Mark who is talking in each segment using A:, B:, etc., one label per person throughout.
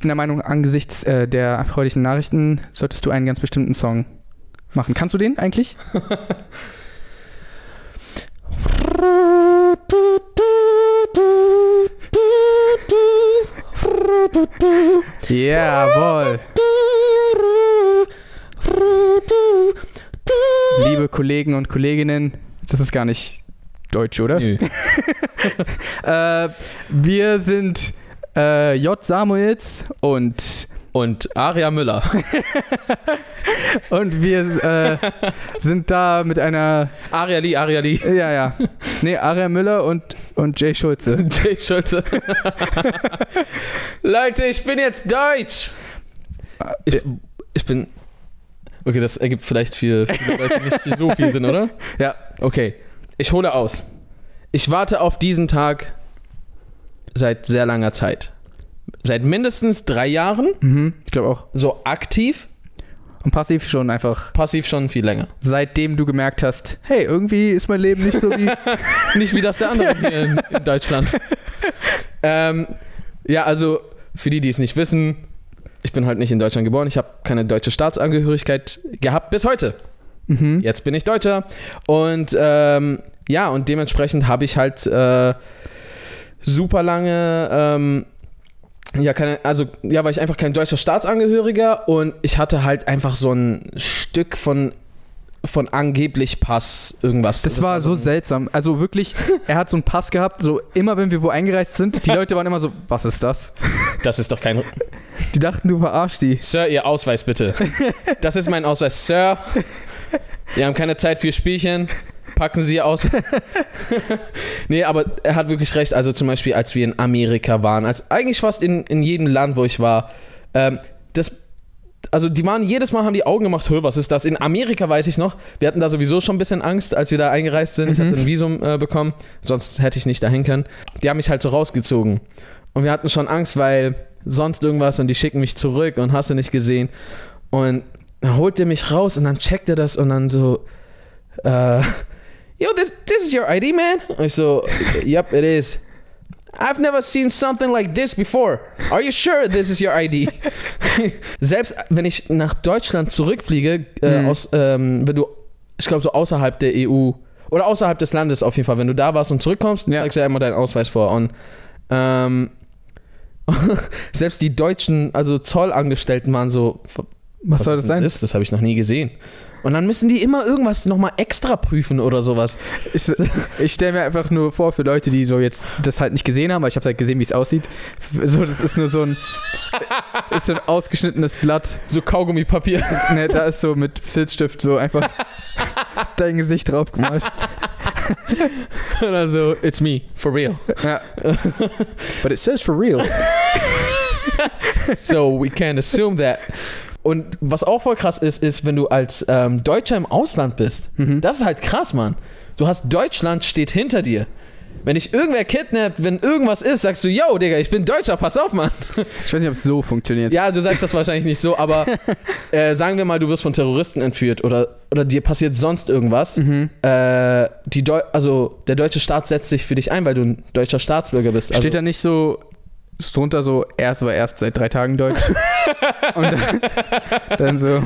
A: bin der Meinung, angesichts äh, der freudigen Nachrichten solltest du einen ganz bestimmten Song machen. Kannst du den eigentlich? Jawohl. Liebe Kollegen und Kolleginnen, das ist gar nicht deutsch, oder?
B: Nö.
A: Äh, wir sind äh, J. Samuels und,
B: Und Aria Müller.
A: und wir äh, sind da mit einer.
B: Aria Lee, Aria Lee.
A: Ja, ja. Nee, Aria Müller und, und Jay Schulze.
B: Jay Schulze. Leute, ich bin jetzt deutsch. Äh, Ich, ich bin. Okay, das ergibt vielleicht für viele Leute nicht so viel Sinn, oder?
A: Ja.
B: Okay, ich hole aus. Ich warte auf diesen Tag seit sehr langer Zeit. Seit mindestens drei Jahren,
A: Mhm, ich glaube auch.
B: so aktiv,
A: Und passiv schon einfach.
B: passiv schon viel länger.
A: Seitdem du gemerkt hast, hey, irgendwie ist mein Leben nicht so wie.
B: Nicht wie das der andere hier in, in Deutschland. Ähm, ja, also für die, die es nicht wissen, ich bin halt nicht in Deutschland geboren. Ich habe keine deutsche Staatsangehörigkeit gehabt bis heute.
A: mhm.
B: Jetzt bin ich Deutscher. Und ähm, ja, und dementsprechend habe ich halt äh, super lange. Ähm, ja, keine, also, ja, war ich einfach kein deutscher Staatsangehöriger und ich hatte halt einfach so ein Stück von, von angeblich Pass, irgendwas.
A: Das war so seltsam. Also wirklich, er hat so einen Pass gehabt, so immer wenn wir wo eingereist sind, die Leute waren immer so, was ist das?
B: Das ist doch kein.
A: Die dachten, du verarschst die.
B: Sir, Ihr Ausweis bitte. Das ist mein Ausweis. Sir, wir haben keine Zeit für Spielchen. Packen Sie Ihr Ausweis. nee, aber er hat wirklich recht. Also zum Beispiel, als wir in Amerika waren, als eigentlich fast in, in jedem Land, wo ich war, ähm, das. Also die waren jedes Mal, haben die Augen gemacht, hör, was ist das? In Amerika weiß ich noch, wir hatten da sowieso schon ein bisschen Angst, als wir da eingereist sind. Ich hatte ein Visum äh, bekommen, sonst hätte ich nicht dahin können. Die haben mich halt so rausgezogen. Und wir hatten schon Angst, weil sonst irgendwas und die schicken mich zurück und hast du nicht gesehen. Und dann holt er mich raus und dann checkt er das und dann so, äh, yo, this, this is your ID, man? Und ich so, yep, it is. I've never seen something like this before. Are you sure this is your ID? Selbst wenn ich nach Deutschland zurückfliege, äh,
A: Mhm.
B: aus, ähm, wenn du, ich glaube, so außerhalb der EU oder außerhalb des Landes auf jeden Fall, wenn du da warst und zurückkommst,
A: Ja.
B: zeigst du ja immer deinen Ausweis vor. Und ähm, selbst die deutschen, also Zollangestellten waren so,
A: Was, soll das
B: ist denn
A: sein?
B: Das, das habe ich noch nie gesehen. Und dann müssen die immer irgendwas nochmal extra prüfen oder sowas.
A: Ich, ich stelle mir einfach nur vor, für Leute, die so jetzt das halt nicht gesehen haben, weil ich habe halt gesehen, wie es aussieht. So, das ist nur so ein, ist so ein ausgeschnittenes Blatt.
B: So Kaugummipapier.
A: Ne, da ist so mit Filzstift so einfach dein Gesicht drauf gemalt.
B: oder so, it's me, for real.
A: Ja. But it says for real.
B: So we can assume that. Und was auch voll krass ist, ist, wenn du als ähm, Deutscher im Ausland bist. Das ist halt krass, Mann. Du hast Deutschland steht hinter dir. Wenn dich irgendwer kidnappt, wenn irgendwas ist, sagst du, yo, Digga, ich bin Deutscher, pass auf, Mann.
A: Ich weiß nicht, ob es so funktioniert.
B: Ja, du sagst das wahrscheinlich nicht so, aber äh, sagen wir mal, du wirst von Terroristen entführt oder, oder dir passiert sonst irgendwas.
A: Mhm.
B: Äh, die Deu also der deutsche Staat setzt sich für dich ein, weil du ein deutscher Staatsbürger bist. Also,
A: Steht da nicht so drunter so, erst war erst seit drei Tagen deutsch. Und dann, dann so,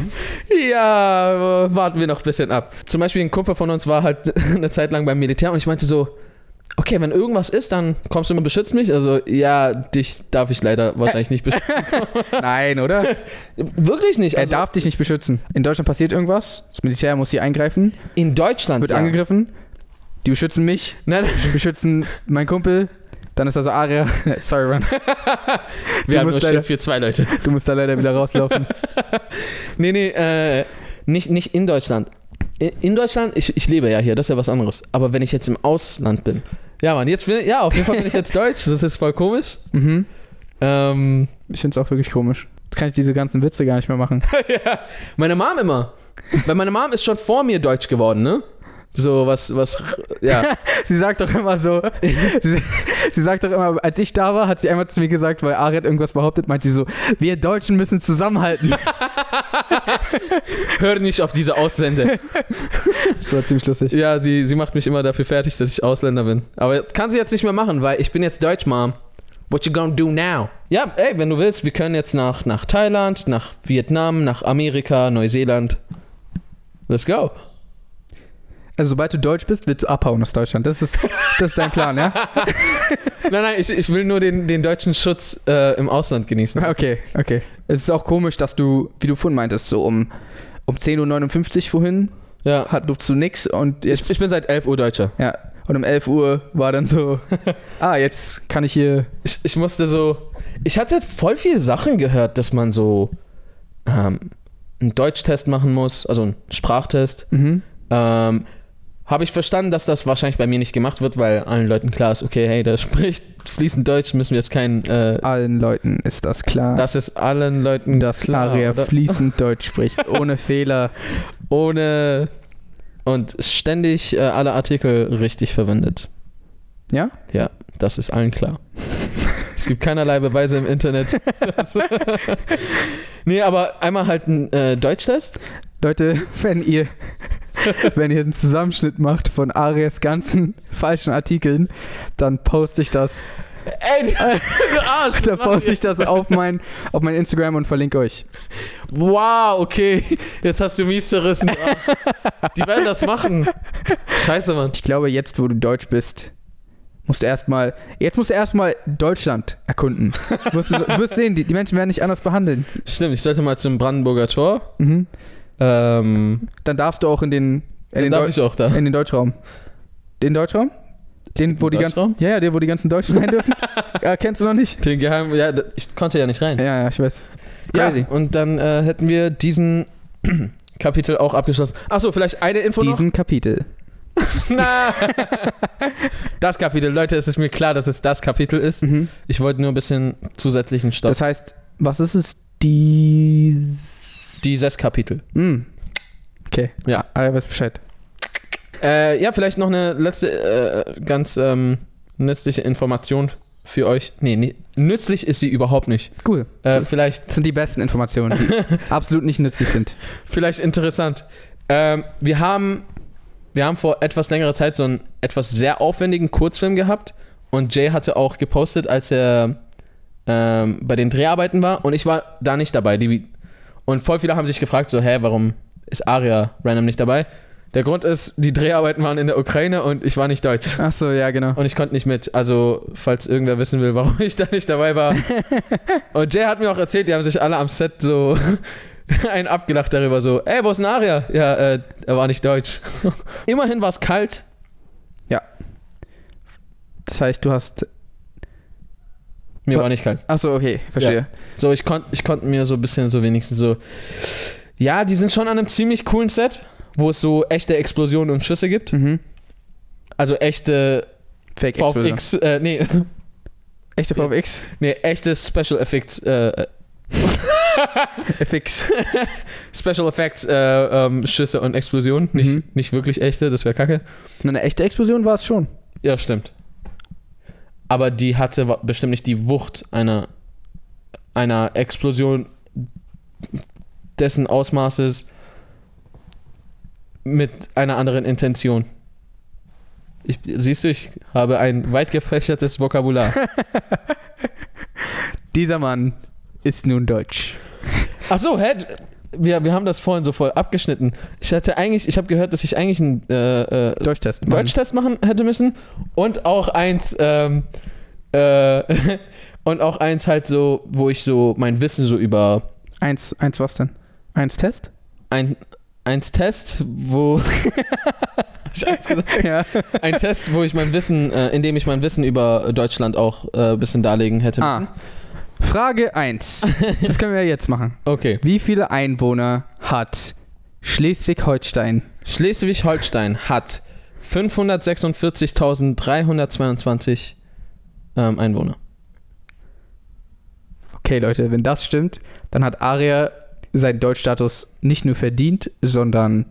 B: ja, äh, warten wir noch ein bisschen ab. Zum Beispiel ein Kumpel von uns war halt eine Zeit lang beim Militär und ich meinte so, okay, wenn irgendwas ist, dann kommst du und beschützt mich. Also ja, dich darf ich leider wahrscheinlich nicht beschützen.
A: nein, oder?
B: Wirklich nicht.
A: Er
B: Also,
A: darf dich nicht beschützen. In Deutschland passiert irgendwas, das Militär muss hier eingreifen,
B: in Deutschland.
A: wird
B: ja.
A: angegriffen, die beschützen mich,
B: Nein,
A: die beschützen meinen Kumpel, dann ist also Aria. Sorry, Ron.
B: wir
A: Du
B: haben nur
A: musst,
B: Schild
A: leider,
B: für zwei Leute.
A: du musst da leider wieder rauslaufen.
B: Nee, nee, äh, nicht, nicht in Deutschland. I- In Deutschland, ich, ich lebe ja hier, das ist ja was anderes. Aber wenn ich jetzt im Ausland bin. Ja, Mann, jetzt bin ja, auf jeden Fall bin ich jetzt Deutsch, das ist voll komisch.
A: Mhm.
B: Ähm,
A: Ich find's auch wirklich komisch. Jetzt kann ich diese ganzen Witze gar nicht mehr machen.
B: ja, meine Mom immer. Weil meine Mom ist schon vor mir Deutsch geworden, ne? So, was, was, ja.
A: Sie sagt doch immer so, sie, sie sagt doch immer, als ich da war, hat sie einmal zu mir gesagt, weil Aret irgendwas behauptet, meint sie so, wir Deutschen müssen zusammenhalten.
B: Hör nicht auf diese Ausländer.
A: Das war ziemlich lustig.
B: Ja, sie, sie macht mich immer dafür fertig, dass ich Ausländer bin. Aber kann sie jetzt nicht mehr machen, weil ich bin jetzt Deutsch, Mom. What you gonna do now? Ja, ey, wenn du willst, wir können jetzt nach, nach Thailand, nach Vietnam, nach Amerika, Neuseeland. Let's go.
A: Also sobald du deutsch bist, willst du abhauen aus Deutschland. Das ist, das ist dein Plan, ja?
B: Nein, nein, ich, ich will nur den, den deutschen Schutz äh, im Ausland genießen.
A: Okay, okay. Es ist auch komisch, dass du, wie du vorhin meintest, so um, um 10.59 Uhr vorhin
B: Ja.
A: hat, durfst du nix und
B: Ich,
A: jetzt,
B: ich bin seit 11 Uhr Deutscher.
A: ja, und um 11 Uhr war dann so, ah, jetzt kann ich hier,
B: Ich, ich musste so. Ich hatte voll viele Sachen gehört, dass man so ähm, einen Deutschtest machen muss, also einen Sprachtest.
A: mhm.
B: Ähm, habe ich verstanden, dass das wahrscheinlich bei mir nicht gemacht wird, weil allen Leuten klar ist, okay, hey, der spricht fließend Deutsch, müssen wir jetzt keinen. Äh,
A: allen Leuten ist das klar.
B: das ist allen Leuten
A: dass
B: klar.
A: Aria
B: oder?
A: fließend Deutsch spricht, ohne Fehler.
B: Ohne. Und ständig äh, alle Artikel richtig verwendet.
A: Ja?
B: Ja, das ist allen klar. es gibt keinerlei Beweise im Internet. nee, aber einmal halt einen äh, Deutschtest.
A: Leute, wenn ihr, wenn ihr einen Zusammenschnitt macht von Arias ganzen falschen Artikeln, dann poste ich das,
B: Ey, du Arsch!
A: dann poste ich das auf mein, auf mein Instagram und verlinke euch.
B: Wow, okay. Jetzt hast du mies zerrissen. du Arsch. Die werden das machen. Scheiße, Mann.
A: Ich glaube, jetzt, wo du deutsch bist, musst du erstmal, jetzt musst du erstmal Deutschland erkunden. Du musst, du wirst sehen, die, die Menschen werden nicht anders behandeln.
B: Stimmt, ich sollte mal zum Brandenburger Tor.
A: Mhm.
B: Ähm,
A: Dann darfst du auch in den, in den,
B: darf
A: Deu-
B: ich auch da.
A: in den Deutschraum. Den Deutschraum? Den, wo die ganzen,
B: Deutschraum?
A: ja, ja, der, wo die ganzen Deutschen rein dürfen. ja, kennst du noch nicht?
B: Den geheimen, ja, da- ich konnte ja nicht rein.
A: Ja, ja, ich weiß.
B: Ja, und dann äh, hätten wir diesen Kapitel auch abgeschlossen. Achso, vielleicht eine Info noch.
A: Diesem Kapitel.
B: Na. das Kapitel, Leute, es ist mir klar, dass es das Kapitel ist.
A: Mhm.
B: Ich wollte nur ein bisschen zusätzlichen Stoff.
A: Das heißt, was ist es? Dies.
B: Dieses Kapitel.
A: Mm. Okay.
B: Ja.
A: Ah, er weiß Bescheid.
B: Äh, ja, vielleicht noch eine letzte äh, ganz ähm, nützliche Information für euch. Nee, nee, nützlich ist sie überhaupt nicht.
A: Cool.
B: Äh, vielleicht,
A: Das sind die besten Informationen, die absolut nicht nützlich sind.
B: vielleicht interessant. Ähm, wir haben wir haben vor etwas längerer Zeit so einen etwas sehr aufwendigen Kurzfilm gehabt und Jay hatte auch gepostet, als er ähm, bei den Dreharbeiten war und ich war da nicht dabei. Die, und voll viele haben sich gefragt, so, hä, warum ist Aria random nicht dabei? Der Grund ist, die Dreharbeiten waren in der Ukraine und ich war nicht deutsch.
A: Achso, ja, genau.
B: Und ich konnte nicht mit. Also, falls irgendwer wissen will, warum ich da nicht dabei war. Und Jay hat mir auch erzählt, die haben sich alle am Set so einen abgelacht darüber, so, ey, wo ist denn Aria? Ja, äh, er war nicht deutsch. Immerhin war es kalt.
A: Das heißt, du hast.
B: Mir war nicht kalt.
A: Achso, okay, verstehe.
B: So, ich konnte ich konnt mir so ein bisschen so wenigstens so. Ja, die sind schon an einem ziemlich coolen Set, wo es so echte Explosionen und Schüsse gibt.
A: Mhm.
B: Also echte
A: Fake Explosion.
B: VFX, äh, nee,
A: Echte VFX?
B: nee, echte Special Effects, äh,
A: FX.
B: Special Effects äh, ähm, Schüsse und Explosionen, nicht,
A: Mhm.
B: nicht wirklich echte, das wäre kacke.
A: Na, Eine echte Explosion war es schon.
B: Ja, stimmt. Aber die hatte wa- bestimmt nicht die Wucht einer, einer Explosion dessen Ausmaßes mit einer anderen Intention. Ich, siehst du, ich habe ein weit gefächertes Vokabular.
A: Dieser Mann ist nun deutsch.
B: Ach so, hä? Wir, wir haben das vorhin so voll abgeschnitten. Ich hatte eigentlich, ich habe gehört, dass ich eigentlich ein äh, äh,
A: Deutschtest. Mann.
B: Deutschtest machen hätte müssen und auch eins ähm, äh, und auch eins halt so, wo ich so mein Wissen so über
A: Eins, eins was denn? Eins Test?
B: ein eins Test, wo ich eins gesagt,
A: ja.
B: ein Test, wo ich mein Wissen, äh, in dem ich mein Wissen über Deutschland auch äh, ein bisschen darlegen hätte
A: Ah.
B: müssen.
A: Frage 1. Das können wir jetzt machen.
B: Okay.
A: Wie viele Einwohner hat Schleswig-Holstein?
B: Schleswig-Holstein hat 546.322 ähm, Einwohner.
A: Okay, Leute, wenn das stimmt, dann hat Aria seinen Deutschstatus nicht nur verdient, sondern.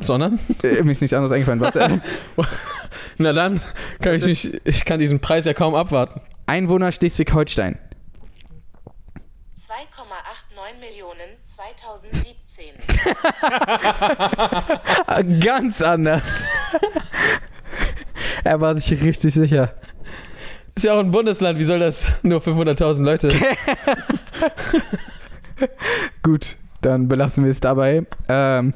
B: Sondern?
A: Äh, mir ist nichts anderes eingefallen. Warte.
B: Na dann kann ich mich, ich kann diesen Preis ja kaum abwarten.
A: Einwohner Schleswig-Holstein.
C: 2,89 Millionen 2017.
A: Ah,
B: Äh,
A: Ganz anders. er war sich richtig sicher.
B: Ist ja auch ein Bundesland, wie soll das nur 500.000 Leute?
A: Gut, dann belassen wir es dabei. Ähm,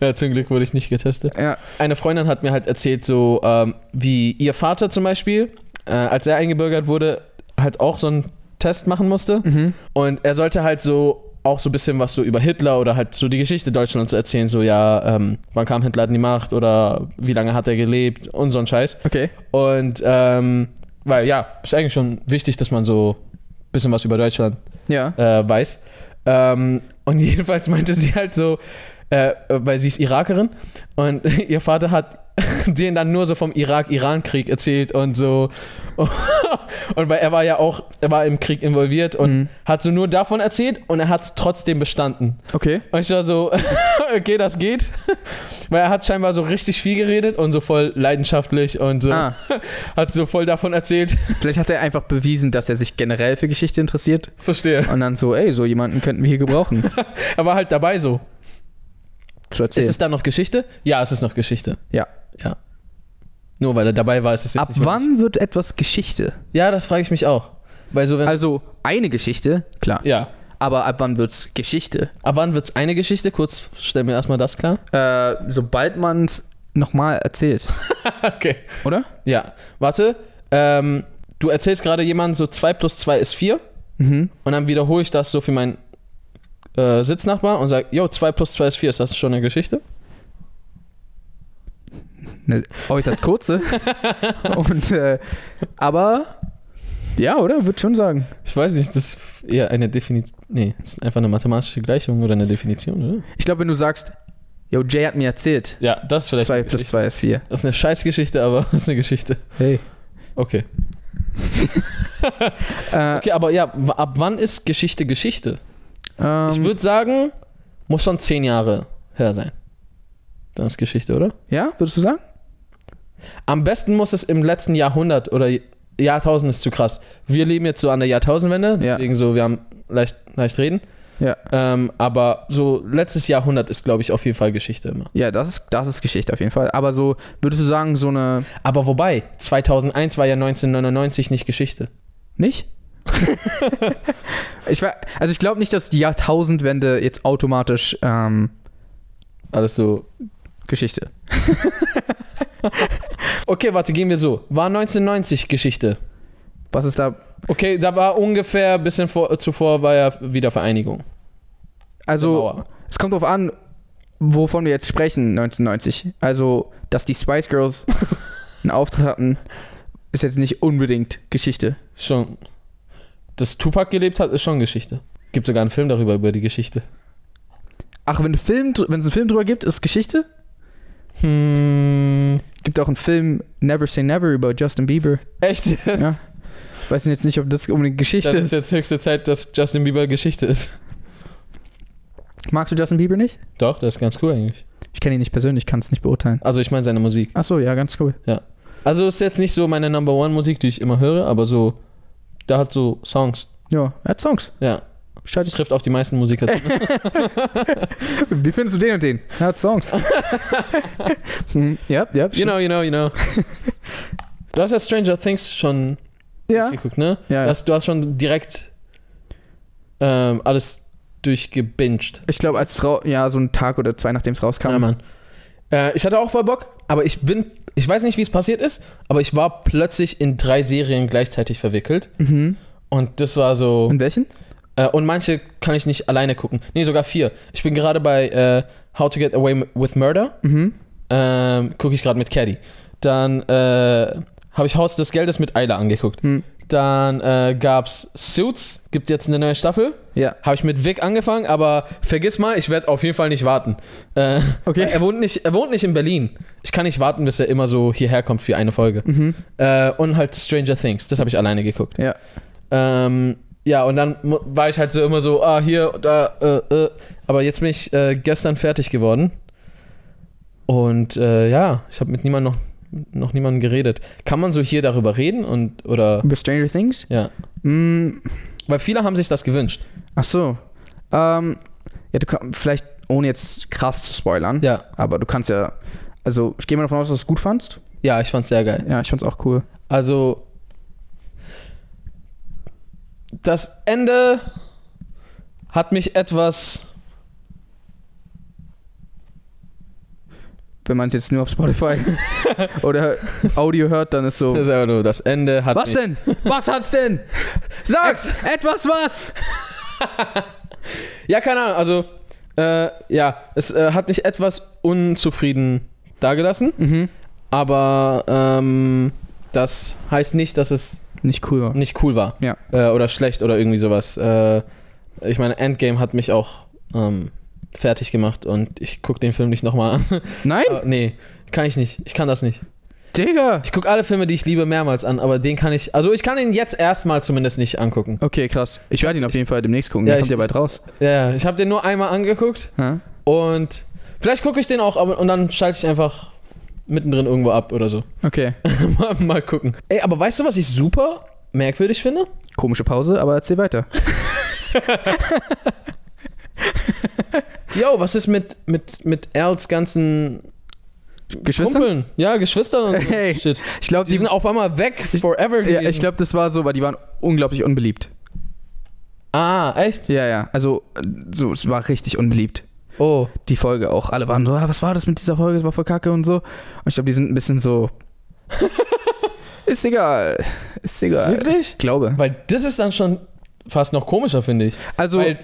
B: Ja, zum Glück wurde ich nicht getestet.
A: ja,
B: Eine Freundin hat mir halt erzählt, so ähm, wie ihr Vater zum Beispiel, äh, als er eingebürgert wurde, halt auch so einen Test machen musste.
A: mhm.
B: Und er sollte halt so auch so ein bisschen was so über Hitler oder halt so die Geschichte Deutschlands so erzählen, so ja, ähm, wann kam Hitler an die Macht oder wie lange hat er gelebt und so ein Scheiß.
A: okay.
B: Und ähm, weil ja, ist eigentlich schon wichtig, dass man so ein bisschen was über Deutschland
A: Ja.
B: äh, weiß. Ähm, und jedenfalls meinte sie halt so, äh, weil sie ist Irakerin und ihr Vater hat denen dann nur so vom Irak-Iran-Krieg erzählt und so. Und weil er war ja auch, er war im Krieg involviert und
A: Mhm.
B: hat so nur davon erzählt und er hat es trotzdem bestanden.
A: Okay.
B: Und ich war so, okay, das geht. Weil er hat scheinbar so richtig viel geredet und so voll leidenschaftlich und so
A: Ah,
B: hat so voll davon erzählt.
A: vielleicht hat er einfach bewiesen, dass er sich generell für Geschichte interessiert
B: Verstehe.
A: und dann so, ey, so jemanden könnten wir hier gebrauchen
B: Er war halt dabei so.
A: zu
B: Ist
A: erzählen.
B: es dann noch Geschichte? Ja, es ist noch Geschichte.
A: Ja.
B: Ja. Nur weil er dabei war, ist es jetzt
A: Ab
B: nicht wirklich-
A: wann wird etwas Geschichte?
B: Ja, das frage ich mich auch. Weil so wenn
A: Also eine Geschichte, klar.
B: ja,
A: Aber ab wann wird's Geschichte?
B: ab wann wird's eine Geschichte? Kurz stell mir erstmal das klar.
A: Äh, sobald man's nochmal erzählt,
B: Okay.
A: oder?
B: Ja, warte. Ähm, du erzählst gerade jemandem so 2 plus 2 ist 4
A: Mhm.
B: und dann wiederhole ich das so für meinen äh, Sitznachbar und sage, yo, 2 plus 2 ist 4, ist das schon eine Geschichte?
A: Eine äußerst kurze. Und, äh, aber, ja, oder? Würde schon sagen.
B: Ich weiß nicht, das ist eher eine Definition. Nee, das ist einfach eine mathematische Gleichung oder eine Definition, oder?
A: Ich glaube, wenn du sagst, yo, Jay hat mir erzählt,
B: Ja, das ist vielleicht.
A: 2
B: eine
A: plus
B: Geschichte.
A: 2 ist 4.
B: Das ist eine Scheißgeschichte, aber es ist eine Geschichte.
A: Hey.
B: Okay.
A: Äh,
B: Okay, aber ja, w- ab wann ist Geschichte Geschichte? ich
A: ähm,
B: würde sagen, muss schon zehn Jahre her sein. Dann ist Geschichte, oder?
A: ja, würdest du sagen?
B: Am besten muss es im letzten Jahrhundert oder J- Jahrtausend ist zu krass. Wir leben jetzt so an der Jahrtausendwende,
A: Ja.
B: deswegen so, wir haben leicht, leicht reden.
A: Ja.
B: Ähm, aber so letztes Jahrhundert ist, glaube ich, auf jeden Fall Geschichte immer.
A: Ja, das ist, das ist Geschichte auf jeden Fall. Aber so, würdest du sagen, so eine.
B: Aber wobei, 2001 war ja 1999 nicht Geschichte.
A: Nicht? ich war, also ich glaube nicht, dass die Jahrtausendwende jetzt automatisch ähm,
B: Alles so.
A: Geschichte.
B: Okay, warte, gehen wir so. War 1990 Geschichte?
A: Was ist da?
B: Okay, da war ungefähr ein bisschen vor, zuvor war ja Wiedervereinigung.
A: Also,
B: Mauer.
A: es kommt drauf an, wovon wir jetzt sprechen, 1990. Also, dass die Spice Girls einen Auftritt hatten, ist jetzt nicht unbedingt Geschichte.
B: Schon. Dass Tupac gelebt hat, ist schon Geschichte. Gibt sogar einen Film darüber, über die Geschichte.
A: Ach, wenn es Film, dr- wenn es einen Film drüber gibt, ist Geschichte?
B: Hm.
A: Gibt auch einen Film Never Say Never über Justin Bieber.
B: Echt? Dann
A: Ja. Weiß jetzt nicht, ob das unbedingt Geschichte
B: ist
A: ist.
B: jetzt höchste Zeit, dass Justin Bieber Geschichte ist.
A: Magst du Justin Bieber nicht?
B: Doch, das ist ganz cool eigentlich.
A: Ich kenne ihn nicht persönlich, kann es nicht beurteilen.
B: Also ich meine seine Musik.
A: Ach so, ja, ganz cool.
B: Also ist jetzt nicht so meine Number One Musik, die ich immer höre, aber so, da hat so Songs.
A: Ja, er hat Songs.
B: Ja, das
A: Scheiße.
B: trifft auf die meisten Musiker. zu.
A: Wie findest du den und den? Er hat Songs. Hm, ja, ja.
B: you know, you know, you know. Du hast ja Stranger Things schon
A: ja.
B: geguckt, ne?
A: Ja, ja.
B: Das, du hast schon direkt ähm, alles durchgebinged.
A: Ich glaube, als es rau- ja, so einen Tag oder zwei, nachdem es rauskam.
B: Ja, Mann. Äh, ich hatte auch voll Bock, aber ich bin, ich weiß nicht, wie es passiert ist, aber ich war plötzlich in drei Serien gleichzeitig verwickelt.
A: Mhm.
B: Und das war so.
A: Und welchen?
B: Äh, und manche kann ich nicht alleine gucken. Nee, sogar vier. Ich bin gerade bei äh, How to Get Away with Murder.
A: Mhm.
B: Ähm, Gucke ich gerade mit Caddy. Dann äh, habe ich Haus des Geldes mit Eila angeguckt.
A: Hm.
B: Dann äh, gab's Suits, gibt jetzt eine neue Staffel.
A: Ja.
B: Habe ich mit Vic angefangen, aber vergiss mal, ich werde auf jeden Fall nicht warten. Äh,
A: Okay.
B: Er wohnt, nicht, er wohnt nicht in Berlin. Ich kann nicht warten, bis er immer so hierher kommt für eine Folge.
A: Mhm.
B: Äh, und halt Stranger Things, das habe ich alleine geguckt.
A: Ja.
B: Ähm, ja, und dann mu- war ich halt so immer so, ah, hier, da, äh, äh. Aber jetzt bin ich äh, gestern fertig geworden. Und äh, ja, ich habe mit niemandem noch, noch niemandem geredet. Kann man so hier darüber reden? Und, oder,
A: Über Stranger Things?
B: ja.
A: Mhm.
B: Weil viele haben sich das gewünscht.
A: Ach so. Ähm, ja, du kannst vielleicht, ohne jetzt krass zu spoilern,
B: Ja,
A: aber du kannst ja, also ich gehe mal davon aus, dass du es gut fandst.
B: ja, ich fand's sehr geil.
A: Ja, ich fand's auch cool.
B: Also, das Ende hat mich etwas.
A: Wenn man es jetzt nur auf Spotify oder Audio hört, dann ist so.
B: Das ist aber nur das Ende hat
A: Oh. Was
B: mich,
A: denn? Was hat's denn? Sag's! Etwas was!
B: Ja, keine Ahnung. Also, äh, ja, es äh, hat mich etwas unzufrieden dagelassen.
A: Mhm.
B: Aber ähm, das heißt nicht, dass es
A: Nicht cool war.
B: nicht cool war.
A: Ja.
B: Äh, oder schlecht oder irgendwie sowas. Äh, ich meine, Endgame hat mich auch ähm, fertig gemacht und ich gucke den Film nicht nochmal an.
A: Nein?
B: Äh, nee, kann ich nicht. Ich kann das nicht.
A: Digga!
B: Ich gucke alle Filme, die ich liebe, mehrmals an, aber den kann ich. Also ich kann ihn jetzt erstmal zumindest nicht angucken.
A: Okay, krass. Ich werde ihn auf jeden Fall demnächst gucken.
B: Ja,
A: Ja, der kommt
B: ich-
A: ja bald raus.
B: Ja, ja, ich habe den nur einmal angeguckt
A: Ha?
B: und vielleicht gucke ich den auch aber- und dann schalte ich einfach mittendrin irgendwo ab oder so.
A: Okay.
B: mal, mal gucken. Ey, aber weißt du, was ich super merkwürdig finde?
A: Komische Pause, aber erzähl weiter.
B: Yo, was ist mit, mit, mit Erls ganzen
A: Geschwister?
B: Kumpeln? Ja, Geschwistern und so.
A: Hey.
B: Shit.
A: Ich glaube,
B: Die sind
A: die.
B: auf einmal weg, forever
A: Ja,
B: gewesen.
A: ich glaube, das war so, weil die waren unglaublich unbeliebt.
B: Ah, echt?
A: Ja, ja. Also, äh, so, es war richtig unbeliebt.
B: Oh.
A: Die Folge auch. Alle waren so, ah, was war das mit dieser Folge? Das war voll kacke und so. Und ich glaube, die sind ein bisschen so. ist egal. Ist egal.
B: Wirklich?
A: Glaube.
B: Weil das ist dann schon fast noch komischer, finde ich.
A: Also,
B: Weil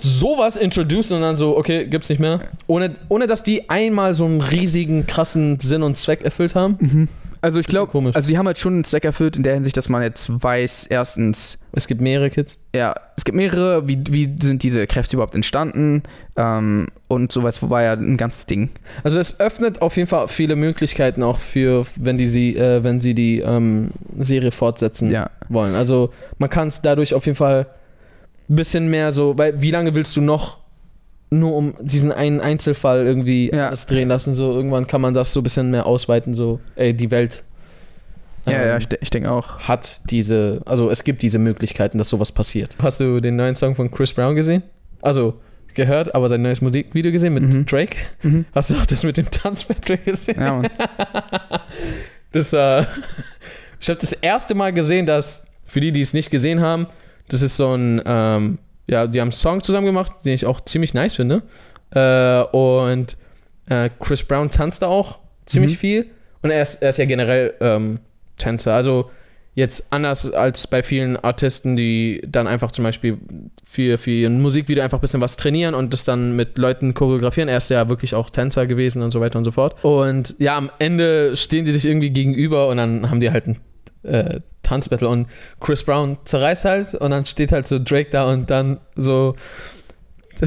B: sowas introducen und dann so, okay, gibt's nicht mehr. Ohne, ohne dass die einmal so einen riesigen, krassen Sinn und Zweck erfüllt haben.
A: also ich
B: bisschen
A: glaube,
B: komisch.
A: also die haben halt schon einen Zweck erfüllt in der Hinsicht, dass man jetzt weiß, erstens,
B: Es gibt mehrere Kids.
A: ja, es gibt mehrere, wie, wie sind diese Kräfte überhaupt entstanden ähm, und sowas war ja ein ganzes Ding.
B: Also es öffnet auf jeden Fall viele Möglichkeiten auch für, wenn die sie, äh, wenn sie die ähm, Serie fortsetzen
A: Ja.
B: wollen. Also man kann es dadurch auf jeden Fall ein bisschen mehr so, weil wie lange willst du noch nur um diesen einen Einzelfall irgendwie
A: Ja.
B: das drehen lassen? So irgendwann kann man das so ein bisschen mehr ausweiten. So, ey, die Welt
A: Ja, ja,
B: ähm,
A: ich, de- ich denke auch.
B: hat diese, also es gibt diese Möglichkeiten, dass sowas passiert. Hast du den neuen Song von Chris Brown gesehen? Also gehört, aber sein neues Musikvideo gesehen mit
A: Mhm.
B: Drake?
A: Mhm.
B: Hast du auch das mit dem Tanzbattle gesehen?
A: Ja, Mann.
B: Das, äh, ich habe das erste Mal gesehen, dass, für die, die es nicht gesehen haben, das ist so ein, ähm, ja, die haben einen Song zusammen gemacht, den ich auch ziemlich nice finde. Äh, und äh, Chris Brown tanzt da auch ziemlich
A: Mhm.
B: viel. Und er ist, er ist ja generell ähm, Tänzer. Also jetzt anders als bei vielen Artisten, die dann einfach zum Beispiel für, für ihren Musikvideo einfach ein bisschen was trainieren und das dann mit Leuten choreografieren. Er ist ja wirklich auch Tänzer gewesen und so weiter und so fort. Und ja, am Ende stehen die sich irgendwie gegenüber und dann haben die halt ein äh, Tanzbattle und Chris Brown zerreißt halt und dann steht halt so Drake da und dann so.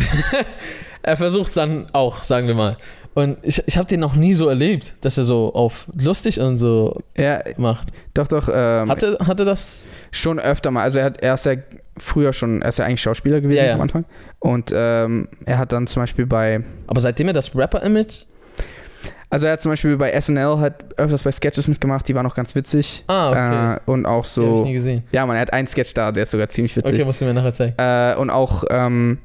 B: er versucht es dann auch, sagen wir mal. Und ich, ich habe den noch nie so erlebt, dass er so auf lustig und so
A: ja,
B: macht.
A: doch, doch. Ähm,
B: Hatte, hatte das.
A: Schon öfter mal. Also er, hat, er ist ja früher schon, er ist ja eigentlich Schauspieler gewesen
B: Ja, ja.
A: am Anfang. Und ähm, er hat dann zum Beispiel bei,
B: Aber seitdem er das Rapper-Image.
A: also er hat zum Beispiel bei SNL hat öfters bei Sketches mitgemacht, die waren auch ganz witzig.
B: Ah, okay.
A: Äh, und auch
B: Den hab ich nie
A: so,
B: gesehen.
A: ja man, er hat einen Sketch da, der ist sogar ziemlich witzig.
B: Okay, musst du mir nachher zeigen.
A: Äh, und auch ähm,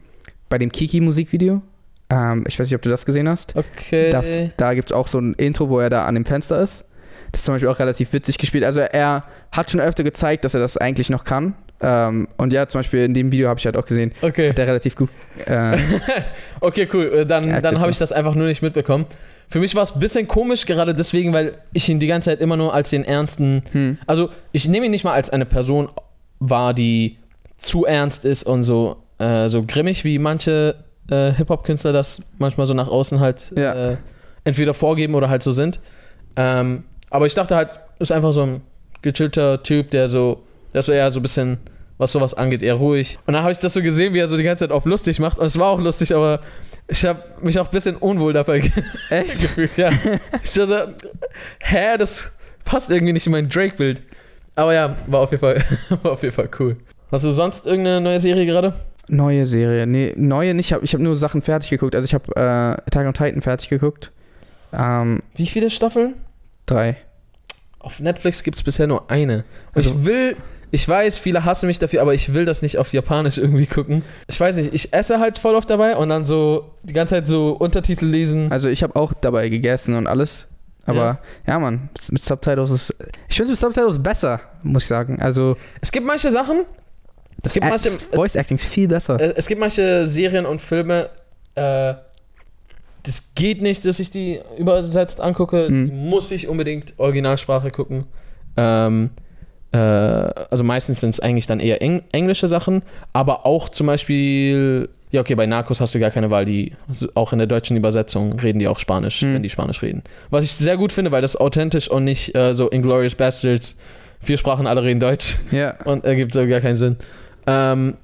A: bei dem Kiki-Musikvideo. Ähm, ich weiß nicht, ob du das gesehen hast.
B: Okay.
A: Da, da gibt es auch so ein Intro, wo er da an dem Fenster ist. Das ist zum Beispiel auch relativ witzig gespielt. Also er hat schon öfter gezeigt, dass er das eigentlich noch kann. Ähm, und ja, zum Beispiel in dem Video habe ich halt auch gesehen,
B: okay.
A: hat er relativ gut. Äh,
B: Okay, cool. Äh, Dann,
A: Ja,
B: dann
A: bitte.
B: habe ich das einfach nur nicht mitbekommen. Für mich war es ein bisschen komisch, gerade deswegen, weil ich ihn die ganze Zeit immer nur als den ernsten.
A: hm.
B: Also, ich nehme ihn nicht mal als eine Person wahr, die zu ernst ist und so, äh, so grimmig, wie manche äh, Hip-Hop-Künstler das manchmal so nach außen halt
A: Ja.
B: äh, entweder vorgeben oder halt so sind. Ähm, aber ich dachte halt, ist einfach so ein gechillter Typ, der so, der ist so eher so ein bisschen, was sowas angeht, eher ruhig. Und dann habe ich das so gesehen, wie er so die ganze Zeit auf lustig macht. Und es war auch lustig, aber ich habe mich auch ein bisschen unwohl dabei ge-
A: Echt?
B: gefühlt, ja. Ich dachte, so, hä, das passt irgendwie nicht in mein Drake-Bild. Aber ja, war auf jeden Fall, war auf jeden Fall cool. Hast du sonst irgendeine neue Serie gerade?
A: Neue Serie. Nee, neue nicht. Hab- Ich habe nur Sachen fertig geguckt. Also ich habe äh, Attack on Titan fertig geguckt. Ähm,
B: Wie viele Staffeln?
A: drei.
B: Auf Netflix gibt es bisher nur eine. Und
A: Also-
B: ich will, ich weiß, viele hassen mich dafür, aber ich will das nicht auf Japanisch irgendwie gucken. Ich weiß nicht, ich esse halt voll oft dabei und dann so die ganze Zeit so Untertitel lesen.
A: Also ich habe auch dabei gegessen und alles. Aber ja, Mann, mit Subtitles ist. Ich finde es mit Subtitles besser, muss ich sagen. Also
B: Es gibt manche Sachen,
A: Das
B: gibt
A: Act-
B: manche-
A: das Voice Acting ist viel besser.
B: Äh, Es gibt manche Serien und Filme, äh, das geht nicht, dass ich die übersetzt angucke. Die muss ich unbedingt Originalsprache gucken. Ähm, äh, also meistens sind es eigentlich dann eher Eng englische Sachen, aber auch zum Beispiel, ja okay, bei Narcos hast du gar keine Wahl, die also auch in der deutschen Übersetzung reden die auch Spanisch, wenn die Spanisch reden. Was ich sehr gut finde, weil das authentisch und nicht äh, so Inglorious Bastards, vier Sprachen, alle reden Deutsch.
A: ja.
B: Und ergibt so gar keinen Sinn. Ähm,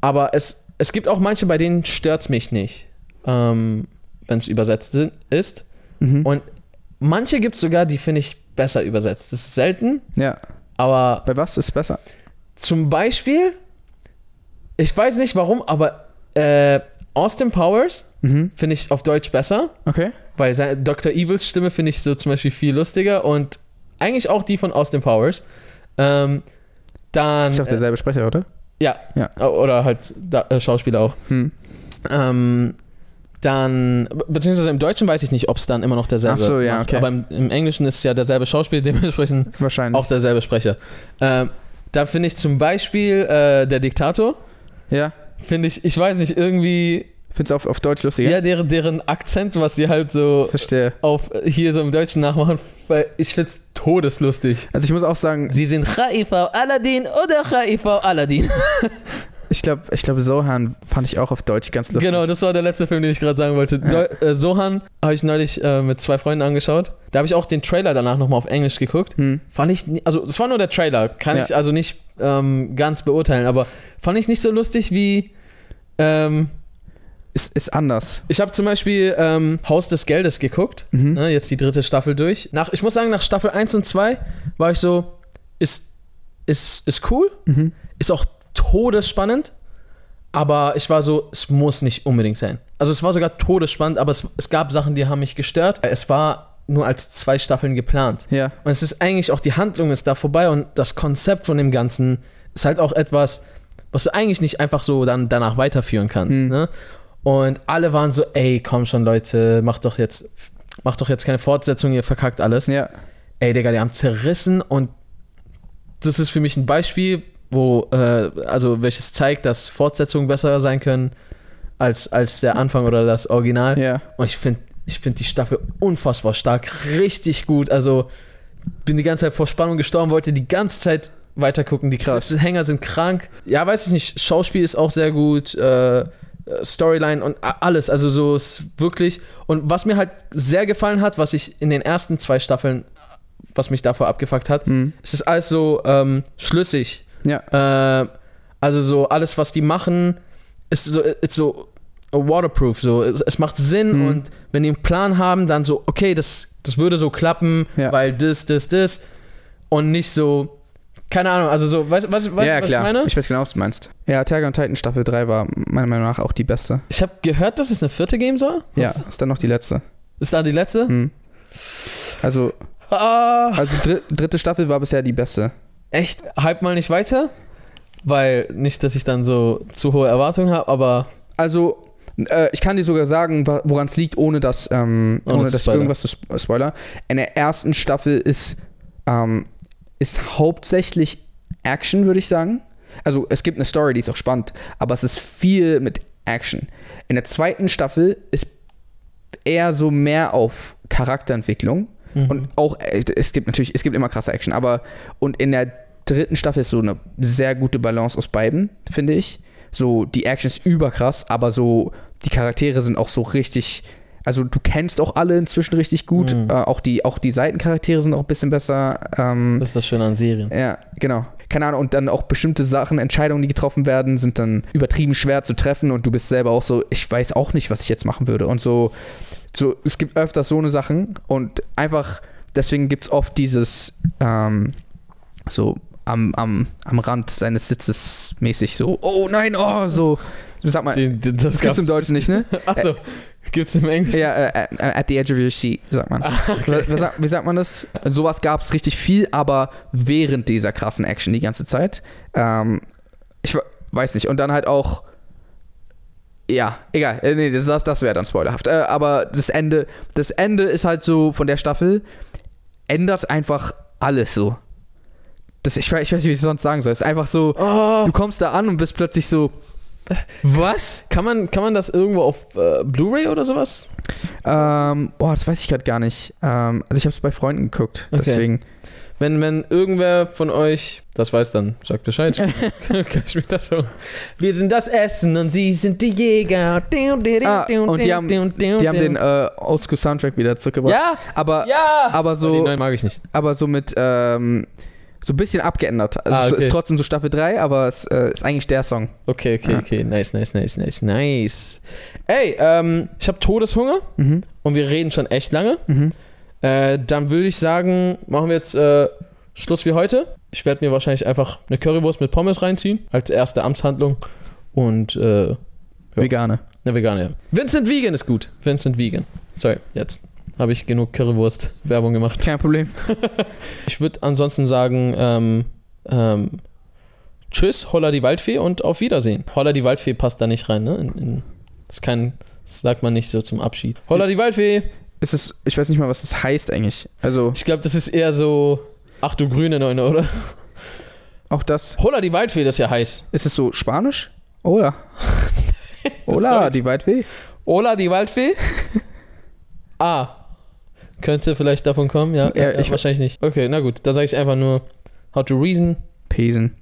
B: aber es, es gibt auch manche, bei denen stört es mich nicht, ähm, wenn es übersetzt sin- ist.
A: Mhm.
B: Und manche gibt es sogar, die finde ich besser übersetzt. Das ist selten,
A: ja.
B: aber
A: Bei was ist besser?
B: zum Beispiel, ich weiß nicht warum, aber äh, Austin Powers
A: Mhm.
B: finde ich auf Deutsch besser,
A: Okay.
B: weil seine Dr. Evils Stimme finde ich so zum Beispiel viel lustiger und eigentlich auch die von Austin Powers. Ähm, dann.
A: Ist auch
B: äh,
A: derselbe Sprecher, oder?
B: Ja.
A: Ja.
B: Oder halt da, äh, Schauspieler auch.
A: Hm.
B: Ähm, dann, be- beziehungsweise im Deutschen weiß ich nicht, ob es dann immer noch derselbe
A: Ach so, ja, okay. Mhm.
B: Aber im, im Englischen ist ja derselbe Schauspieler, dementsprechend
A: Wahrscheinlich.
B: auch derselbe Sprecher. Ähm, da finde ich zum Beispiel äh, der Diktator,
A: Ja.
B: finde ich, ich weiß nicht, irgendwie,
A: Findest du auf, auf Deutsch lustiger?
B: ja, deren, deren Akzent, was sie halt so
A: Verstehe.
B: auf äh, hier so im Deutschen nachmachen, weil ich finde es todeslustig.
A: Also ich muss auch sagen,
B: Sie sind Khaif Aladdin oder Khaif Aladdin.
A: ich glaube, ich glaube, Sohan fand ich auch auf Deutsch ganz lustig.
B: Genau, das war der letzte Film, den ich gerade sagen wollte.
A: Ja.
B: Deu- äh, Sohan habe ich neulich äh, mit zwei Freunden angeschaut. Da habe ich auch den Trailer danach nochmal auf Englisch geguckt.
A: Hm.
B: Fand ich, ni- also es war nur der Trailer, kann
A: Ja.
B: ich also nicht ähm, ganz beurteilen, aber fand ich nicht so lustig wie. Ähm,
A: Ist, ist anders.
B: ich habe zum Beispiel ähm, Haus des Geldes geguckt,
A: Mhm.
B: ne, jetzt die dritte Staffel durch. Nach, ich muss sagen, nach Staffel 1 und 2 war ich so, ist, ist, ist cool,
A: Mhm.
B: ist auch todesspannend, aber ich war so, es muss nicht unbedingt sein. Also es war sogar todesspannend, aber es, es gab Sachen, die haben mich gestört. Es war nur als zwei Staffeln geplant.
A: Ja.
B: Und es ist eigentlich auch, die Handlung ist da vorbei und das Konzept von dem Ganzen ist halt auch etwas, was du eigentlich nicht einfach so dann danach weiterführen kannst. Ne? Und alle waren so, ey, komm schon, Leute, macht doch jetzt, macht doch jetzt keine Fortsetzung, ihr verkackt alles
A: Ja.
B: ey, Digga, die haben zerrissen und das ist für mich ein Beispiel, wo, äh, also welches zeigt, dass Fortsetzungen besser sein können als, als der Anfang oder das Original.
A: Ja.
B: Und Oh, ich finde ich find die Staffel unfassbar stark, richtig gut. Also bin die ganze Zeit vor Spannung gestorben, wollte die ganze Zeit weitergucken. Die
A: Krass.
B: Hänger sind krank. Ja, weiß ich nicht. Schauspiel ist auch sehr gut. Äh, äh, Storyline und a- alles. Also so ist wirklich. Und was mir halt sehr gefallen hat, was ich in den ersten zwei Staffeln, was mich davor abgefuckt hat,
A: Mhm.
B: es ist alles so ähm, schlüssig.
A: Ja.
B: Äh, also so alles, was die machen, ist so, äh, ist so waterproof. So. Es, es macht Sinn
A: Mhm.
B: und wenn die einen Plan haben, dann so, okay, das, das würde so klappen,
A: Ja.
B: weil das, das, das und nicht so, keine Ahnung, also so, weißt du, was, was,
A: ja,
B: was
A: klar.
B: ich meine? Ich,
A: weiß genau, was du meinst. Ja, Attack on Titan Staffel 3 war meiner Meinung nach auch die beste.
B: habe gehört, dass es eine vierte geben soll. Was-
A: Ja, ist dann noch die letzte.
B: Ist da die letzte?
A: Mhm. Also,
B: Ah,
A: also dr dritte Staffel war bisher die beste.
B: echt? Hype mal nicht weiter, weil nicht, dass ich dann so zu hohe Erwartungen habe, aber
A: Also, äh, ich kann dir sogar sagen, woran es liegt, ohne dass, ähm,
B: Ohne
A: ohne
B: zu
A: dass ich
B: spoilern.
A: irgendwas zu sp spoiler. In der ersten Staffel ist, ähm, ist hauptsächlich Action, würde ich sagen. Also, es gibt eine Story, die ist auch spannend, aber es ist viel mit Action. In der zweiten Staffel ist eher so mehr auf Charakterentwicklung. Und auch, äh, es gibt natürlich, es gibt immer krasse Action, aber und in der dritten Staffel ist so eine sehr gute Balance aus beiden, finde ich. So, die Action ist überkrass, aber so, die Charaktere sind auch so richtig. Also du kennst auch alle inzwischen richtig gut. Äh, auch, die, auch die Seitencharaktere sind auch ein bisschen besser. Ähm,
B: das ist das Schöne an Serien.
A: ja, genau. Keine Ahnung, und dann auch bestimmte Sachen, Entscheidungen, die getroffen werden, sind dann übertrieben schwer zu treffen und du bist selber auch so, ich weiß auch nicht, was ich jetzt machen würde. Und so, so es gibt öfters so eine Sachen und einfach, deswegen gibt es oft dieses, ähm, so am, am, am Rand seines Sitzes mäßig so, oh nein, oh, so, sag mal,
B: Den- den- das
A: das Äh, gibt's im
B: gab's-
A: Deutschen nicht, ne?
B: Achso, gibt's im Englischen?
A: Ja, äh, äh, at the edge of your seat, sagt man. Wa- wa- sag- Wie sagt man das? Sowas gab es richtig viel, aber während dieser krassen Action die ganze Zeit. Ähm, ich we- weiß nicht. Und dann halt auch. Ja, egal. Äh, Nee, das, das wäre dann spoilerhaft. Äh, aber das Ende, das Ende ist halt so von der Staffel, ändert einfach alles so. Das, ich, weiß- ich weiß nicht, wie ich das sonst sagen soll. Es ist einfach so,
B: Ah.
A: du kommst da an und bist plötzlich so,
B: Was? Kann man, kann man das irgendwo auf äh, Blu-ray oder sowas?
A: ähm, boah, das weiß ich gerade gar nicht. Ähm, also ich habe es bei Freunden geguckt,
B: Okay.
A: deswegen.
B: Wenn, wenn irgendwer von euch das weiß, dann sagt Bescheid. Kann ich mir das so. Wir sind das Essen und sie sind die Jäger.
A: Ah, und die haben- Die haben den äh, Oldschool-Soundtrack wieder zurückgebracht.
B: Ja,
A: Aber,
B: ja.
A: aber
B: Nee,
A: so,
B: nein, mag ich nicht.
A: aber so mit, ähm, so ein bisschen abgeändert. Also
B: Ah,
A: es
B: okay.
A: ist trotzdem so Staffel 3, aber es äh, ist eigentlich der Song.
B: Okay, okay,
A: Ja.
B: okay. Nice, nice, nice, nice, nice. Ey, ähm, ich habe Todeshunger
A: Mhm.
B: und wir reden schon echt lange.
A: Mhm.
B: Äh, dann würde ich sagen, machen wir jetzt äh, Schluss wie heute. Ich werde mir wahrscheinlich einfach eine Currywurst mit Pommes reinziehen als erste Amtshandlung und äh, Ja.
A: Vegane.
B: eine vegane. Vincent Vegan ist gut. Vincent Vegan. Sorry, jetzt habe ich genug Currywurst-Werbung gemacht.
A: Kein Problem.
B: Ich würde ansonsten sagen, ähm, ähm, tschüss, holla die Waldfee und auf Wiedersehen. Holla die Waldfee passt da nicht rein, ne? In, in, ist kein, das sagt man nicht so zum Abschied. Holla die Waldfee!
A: Es ist, ich weiß nicht mal, was das heißt eigentlich. Also
B: Ich glaube, das ist eher so, ach du grüne Neune, oder?
A: auch das,
B: Holla die Waldfee, das ist ja heiß.
A: ist es so Spanisch? Hola.
B: Das
A: Hola,
B: Deutsch.
A: die weit weh.
B: Hola die Waldfee? ah. Könnte vielleicht davon kommen, ja. Äh,
A: Ja,
B: ja,
A: ich-
B: wahrscheinlich nicht. Okay, na gut, da sage ich einfach nur How to Reason.
A: Pesen.